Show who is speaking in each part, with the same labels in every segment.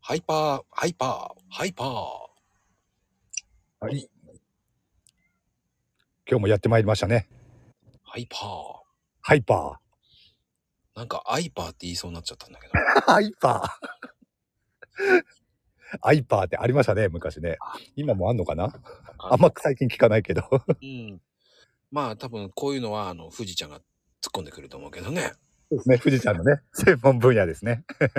Speaker 1: ハイパー、ハイパー、ハイパー。
Speaker 2: はい。今日もやってまいりましたね。
Speaker 1: ハイパー。
Speaker 2: ハイパ
Speaker 1: なんか、アイパーって言いそうになっちゃったんだけど。
Speaker 2: ー。ハイパー。ハイパーってありましたね、昔ね。今もあんのかなあんま最近聞かないけど。
Speaker 1: うん。まあ、多分、こういうのは、あの、富士ちゃんが突っ込んでくると思うけどね。
Speaker 2: そうですね、富士山のね、専門分野ですね。
Speaker 1: なん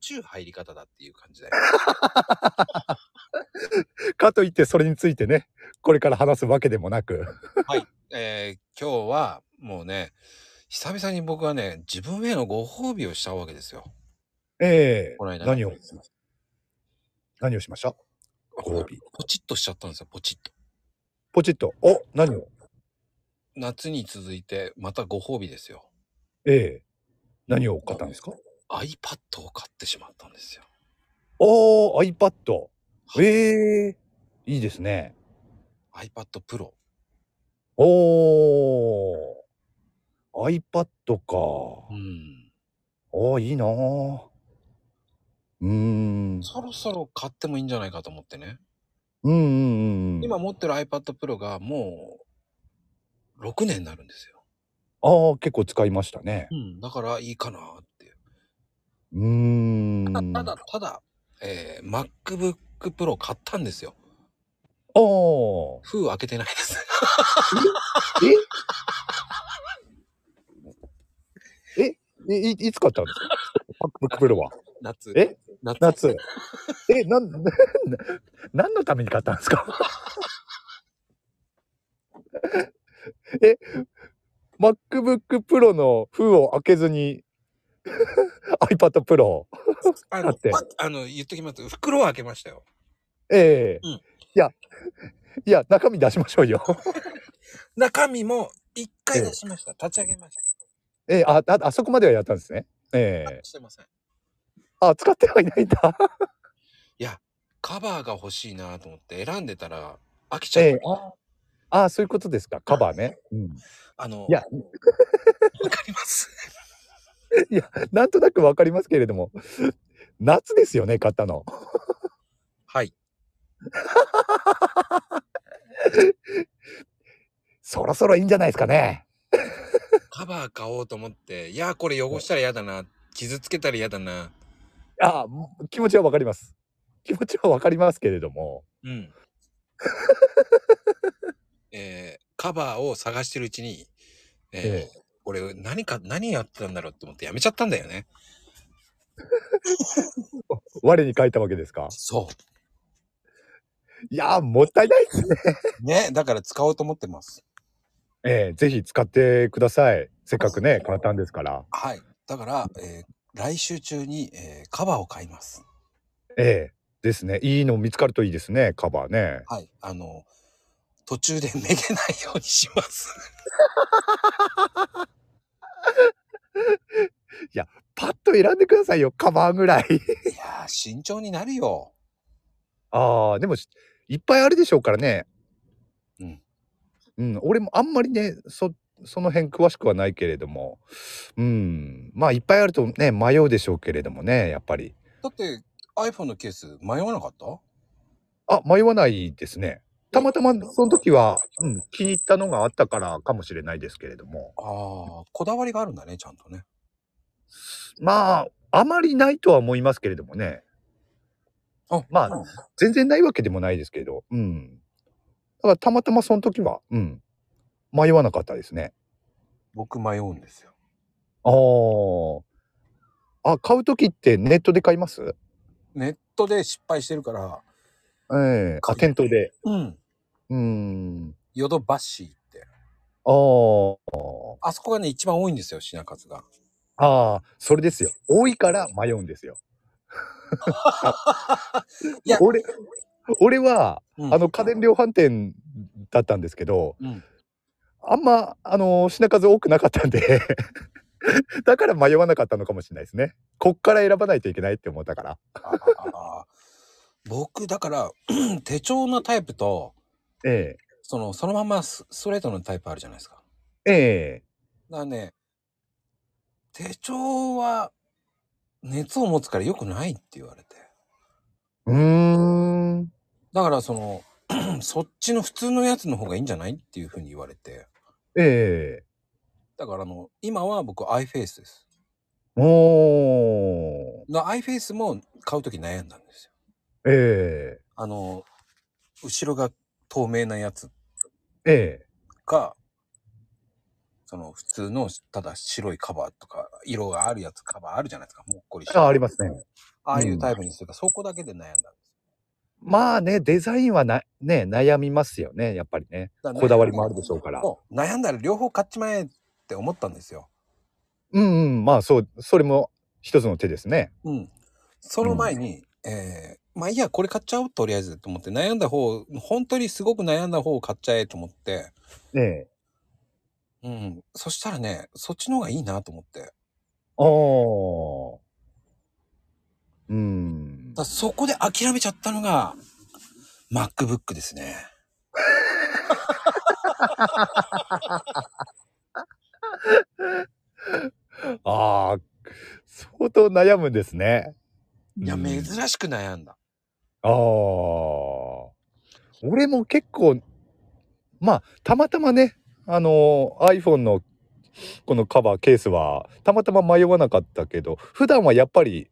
Speaker 1: ちゅう入り方だっていう感じだよ。
Speaker 2: かといってそれについてね、これから話すわけでもなく。
Speaker 1: えー今日は、もうね、久々に僕はね、自分へのご褒美をしたわけですよ。
Speaker 2: ええ
Speaker 1: この間ね
Speaker 2: 何を、何をしましたご褒美。
Speaker 1: ポチッとしちゃったんですよ、ポチッと。
Speaker 2: ポチッと。お、何を
Speaker 1: 夏に続いて、またご褒美ですよ。
Speaker 2: ええ何を買ったんですか
Speaker 1: iPad を買ってしまったんですよ。
Speaker 2: おー、iPad。ええいいですね。
Speaker 1: iPad Pro。
Speaker 2: おー iPad か
Speaker 1: う。ん。
Speaker 2: ああ、いいなーうーん。
Speaker 1: そろそろ買ってもいいんじゃないかと思ってね。
Speaker 2: うんうんうん。
Speaker 1: 今
Speaker 2: あ
Speaker 1: 持ってる iPad Pro がもう6年になるんですよ。
Speaker 2: あー、結構使いましたね。
Speaker 1: うん、だからいいかなっていう。
Speaker 2: うーん。
Speaker 1: ただただ、ただ、えー MacBook Pro 買ったんですよ。
Speaker 2: あー
Speaker 1: 封開けてないです。
Speaker 2: えいいつ買ったんですか ?MacBook Pro は。
Speaker 1: 夏。
Speaker 2: え
Speaker 1: 夏
Speaker 2: 夏。え、なん、な何のために買ったんですか え、MacBook Pro の封を開けずに iPad Pro。
Speaker 1: あ
Speaker 2: だ
Speaker 1: の
Speaker 2: って
Speaker 1: まあの、言っときます。袋を開けましたよ。
Speaker 2: え
Speaker 1: う
Speaker 2: え
Speaker 1: ん
Speaker 2: いや、いや、中身出しましょうよ。
Speaker 1: 中身も1回出しました。立ち上げました。
Speaker 2: ええあ、あ、あそこまではやったんですね。ええ
Speaker 1: してません。
Speaker 2: あ、使ってはいないんだ。
Speaker 1: カバーが欲しいなと思って選んでたら飽きちゃ
Speaker 2: え
Speaker 1: った。
Speaker 2: えあ、あ、そういうことですか。カバーね。うん。
Speaker 1: あの、
Speaker 2: いや
Speaker 1: わかります。
Speaker 2: いや、なんとなくわかりますけれども、夏ですよね、買ったの。
Speaker 1: はい。
Speaker 2: そろそろいいんじゃないですかね。
Speaker 1: カバー買おうと思って、いや、これ汚したら嫌だな。傷つけたら嫌だな。
Speaker 2: あ、気持ちはわかります。気持ちはわかりますけれども。
Speaker 1: うん。 えーカバーを探してるうちに、えー
Speaker 2: え
Speaker 1: 俺、何か、何やってたんだろうって思ってやめちゃったんだよね。
Speaker 2: 我に書いたわけですか。
Speaker 1: そ
Speaker 2: いや、もったいないですね。
Speaker 1: う。ね、だから使おうと思ってます。
Speaker 2: ええぜひ使ってください。せっかくね、買ったんですから。
Speaker 1: はい。だから、えー来週中に、えーカバーを買います。
Speaker 2: ええですね。いいの見つかるといいですね、カバーね。
Speaker 1: はい。あの、途中でめげないようにします。
Speaker 2: パッと選んでくださいよ、カバーぐらい。
Speaker 1: いやー、慎重になるよ。
Speaker 2: ああ、でもし、いっぱいあるでしょうからね。
Speaker 1: うん。
Speaker 2: うん、俺もあんまりね、そ、その辺詳しくはないけれども。うん。まあ、いっぱいあるとね、迷うでしょうけれどもね、やっぱり。
Speaker 1: だって、iPhone のケース迷わなかった
Speaker 2: あ、迷わないですね。たまたまその時は、うん、気に入ったのがあったからかもしれないですけれども。
Speaker 1: ああ、こだわりがあるんだね、ちゃんとね。
Speaker 2: まあ、あまりないとは思いますけれどもね。
Speaker 1: あ
Speaker 2: まあ
Speaker 1: うん
Speaker 2: 全然ないわけでもないですけど、うん。だからたまたまその時は、うん。迷わなかったですね。
Speaker 1: 僕迷うんですよ。
Speaker 2: ああ。あ、買う時ってネットで買います
Speaker 1: ネットで失敗してるから、
Speaker 2: ええあ、店頭で。
Speaker 1: うん。
Speaker 2: うん。
Speaker 1: ヨドバシって。
Speaker 2: ああ。
Speaker 1: あそこがね、一番多いんですよ、品数が。
Speaker 2: ああ、それですよ。多いから迷うんですよ。
Speaker 1: いや
Speaker 2: 俺、俺は、
Speaker 1: うん
Speaker 2: あの、家電量販店だったんですけど、
Speaker 1: うん。
Speaker 2: あんま、あの、品数多くなかったんで、 だから迷わなかったのかもしれないですね。こっから選ばないといけないって思ったから。
Speaker 1: あー僕、だから、手帳のタイプと、
Speaker 2: え
Speaker 1: その、そのままスストレートのタイプあるじゃないですか。
Speaker 2: ええ
Speaker 1: だからね、手帳は熱を持つから良くないって言われて。
Speaker 2: うーん。
Speaker 1: だからその、 そっちの普通のやつの方がいいんじゃないっていうふうに言われて。
Speaker 2: ええ
Speaker 1: だからあの、今は僕アイフェイスです。
Speaker 2: おー。
Speaker 1: アイフェイスも買うとき悩んだんですよ。
Speaker 2: え
Speaker 1: あの、後ろが透明なやつ
Speaker 2: えええ
Speaker 1: か、その普通のただ白いカバーとか、色があるやつカバーあるじゃないですか。もっこりした
Speaker 2: あありますね。
Speaker 1: ああいううんタイプにするか、そこだけで悩んだんです。
Speaker 2: まあね、デザインはな、ね、悩みますよね、やっぱりね。
Speaker 1: だから
Speaker 2: こだわりもあるでしょうから。
Speaker 1: そう悩んだら両方買っちまえって思ったんですよ。
Speaker 2: うんうん、まあそう、それも一つの手ですね。
Speaker 1: うん。その前に、えーまあいいや、これ買っちゃおう、とりあえずと思って、悩んだ方、本当にすごく悩んだ方を買っちゃえと思って、
Speaker 2: ええ。
Speaker 1: うん。そしたらね、そっちの方がいいなと思って。だか
Speaker 2: おー。うん。
Speaker 1: らそこで諦めちゃったのが、MacBook ですね。
Speaker 2: ああ、相当悩むんですね。
Speaker 1: いや、
Speaker 2: うん
Speaker 1: 珍しく悩んだ。
Speaker 2: ああ。俺も結構、まあ、たまたまね、あの iPhone のこのカバー、ケースは、たまたま迷わなかったけど、普段はやっぱり、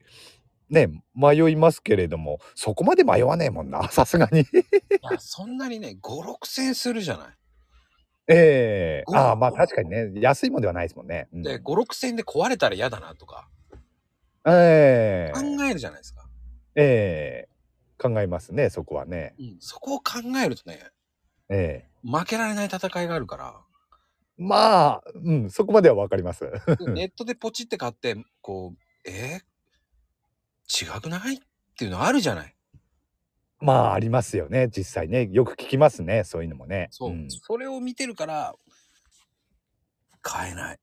Speaker 2: ね、迷いますけれども、そこまで迷わねえもんな、さすがに。
Speaker 1: いや、そんなにね、5、6千円するじゃない。
Speaker 2: ええ
Speaker 1: うん
Speaker 2: ああ、まあ確かにね、安いもんではないですもんね。うん
Speaker 1: で、5、6千円で壊れたら嫌だなとか、
Speaker 2: ええ
Speaker 1: 考えるじゃないですか。
Speaker 2: ええ考えますね、そこはね。
Speaker 1: うん。そこを考えるとね、
Speaker 2: ええ
Speaker 1: 負けられない戦いがあるから。
Speaker 2: まあ、うん、そこまではわかります。
Speaker 1: でネットでポチって買って、こう、えー違くないっていうのあるじゃない。
Speaker 2: まあありますよね実際ねよく聞きますねそういうのもね
Speaker 1: そう。
Speaker 2: ん
Speaker 1: それを見てるから、買えない。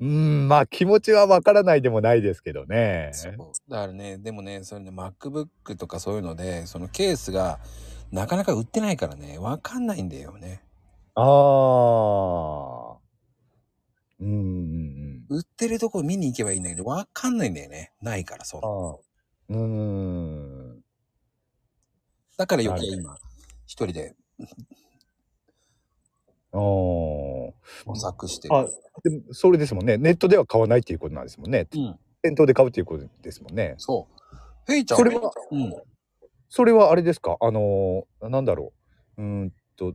Speaker 2: うんまあ気持ちはわからないでもないですけどね
Speaker 1: そうだからね、でもね、それね、MacBook とかそういうので、そのケースが、なかなか売ってないからね、わかんないんだよね。
Speaker 2: ああうんうんうん
Speaker 1: 売ってるとこ見に行けばいいんだけど、わかんないんだよね。ないから、そ
Speaker 2: あ
Speaker 1: う。
Speaker 2: ーうーん
Speaker 1: だから余計今、一人で
Speaker 2: あー
Speaker 1: 模索して
Speaker 2: あ
Speaker 1: る。
Speaker 2: でもそれですもんねネットでは買わないっていうことなんですもんね
Speaker 1: うん。
Speaker 2: 店頭で買うっていうことですもんね
Speaker 1: そう。フェイちゃん
Speaker 2: それは
Speaker 1: うん。
Speaker 2: それはあれですかあのーなんだろううーんと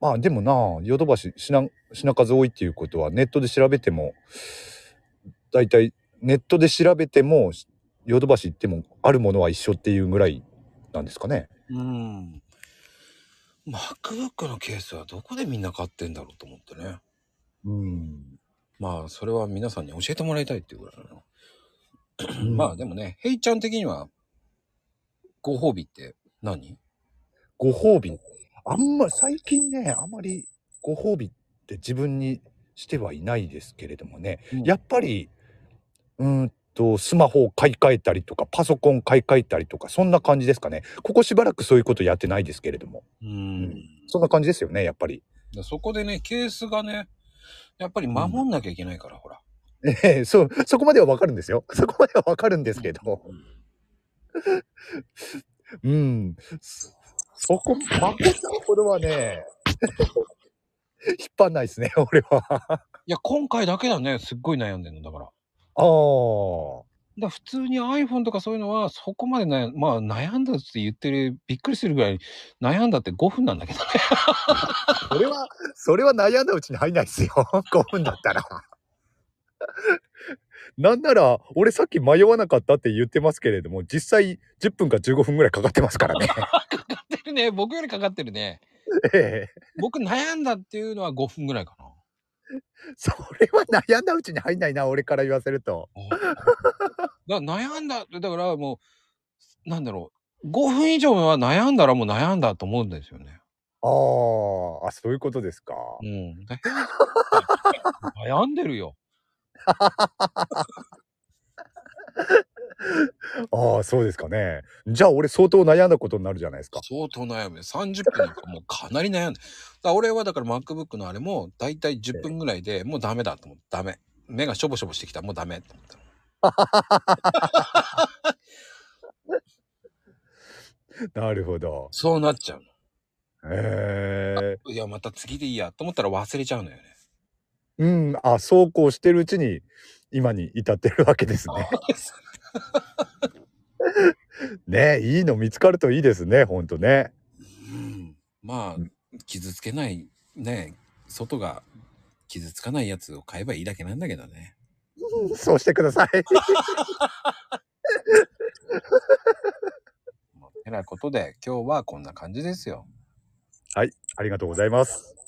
Speaker 2: まあでもなヨドバシ品品数多いっていうことはネットで調べてもだいたいネットで調べてもヨドバシ行ってもあるものは一緒っていうぐらいなんですかね
Speaker 1: うん。MacBook のケースはどこでみんな買ってんだろうと思ってね。
Speaker 2: うん
Speaker 1: まあ、それは皆さんに教えてもらいたいっていうぐらいなの。
Speaker 2: うん
Speaker 1: まあ、でもね、ヘイちゃん的には、ご褒美って何
Speaker 2: ご褒美あんま最近ねあまりご褒美って自分にしてはいないですけれどもね、
Speaker 1: うん
Speaker 2: やっぱりうーんとスマホを買い替えたりとかパソコン買い替えたりとかそんな感じですかねここしばらくそういうことやってないですけれども
Speaker 1: う
Speaker 2: うん
Speaker 1: ん。
Speaker 2: そんな感じですよねやっぱり、
Speaker 1: でそこでね、ケースがね、やっぱり守んなきゃいけないから、ほら。
Speaker 2: ええそうそこまではわかるんですよそこまではわかるんですけどうんそそこまこちゃんほどはね 引っ張んないですね俺はあ
Speaker 1: いや、今回だけだね、すっごい悩んでるの、だから。だか
Speaker 2: あ
Speaker 1: ら普通に iPhone とかそういうのは、そこまで悩ん、まあ悩んだって言ってる、びっくりするぐらい悩んだって5分なんだけどね。
Speaker 2: それは、それは悩んだうちに入んないですよ。5分だ ったら。なんなら、俺さっき迷わなかったって言ってますけれども、実際10分か15分ぐらいかかってますからね。
Speaker 1: かかってるね。 僕よりかかってるね。
Speaker 2: ええ
Speaker 1: 僕悩んだっていうのは5分ぐらいか な。
Speaker 2: それは悩んだうちに入んないな、俺から言わせると。
Speaker 1: だから悩んだって、だからもう、なんだろう。5分以上は悩んだらもう悩んだと思うんですよね。
Speaker 2: あーあ、そういうことですか。
Speaker 1: うん。だ 悩んでるよ。
Speaker 2: ああ、そうですかね。じゃあ俺相当悩んだことになるじゃないですか。
Speaker 1: 相当悩むよ。30分なんかもうかなり悩んで。だから俺はだから MacBook のあれもだいたい10分ぐらいでもうダメだと思って、ダメ。目がしょぼしょぼしてきたもうダメと思った
Speaker 2: なるほど。
Speaker 1: そうなっちゃう
Speaker 2: ええ
Speaker 1: のいやまた次でいいやと思ったら忘れちゃうのよね
Speaker 2: うん、あ、そうこうしてるうちに、今に至ってるわけですね。 ねいいの見つかるといいですね、ほんとね。
Speaker 1: うんま
Speaker 2: う
Speaker 1: あ傷つけないね外が傷つかないやつを買えばいいだけなんだけどね
Speaker 2: そうしてくだ さい。
Speaker 1: もうてなことで今日はこんな感じですよ
Speaker 2: ありがとうございます。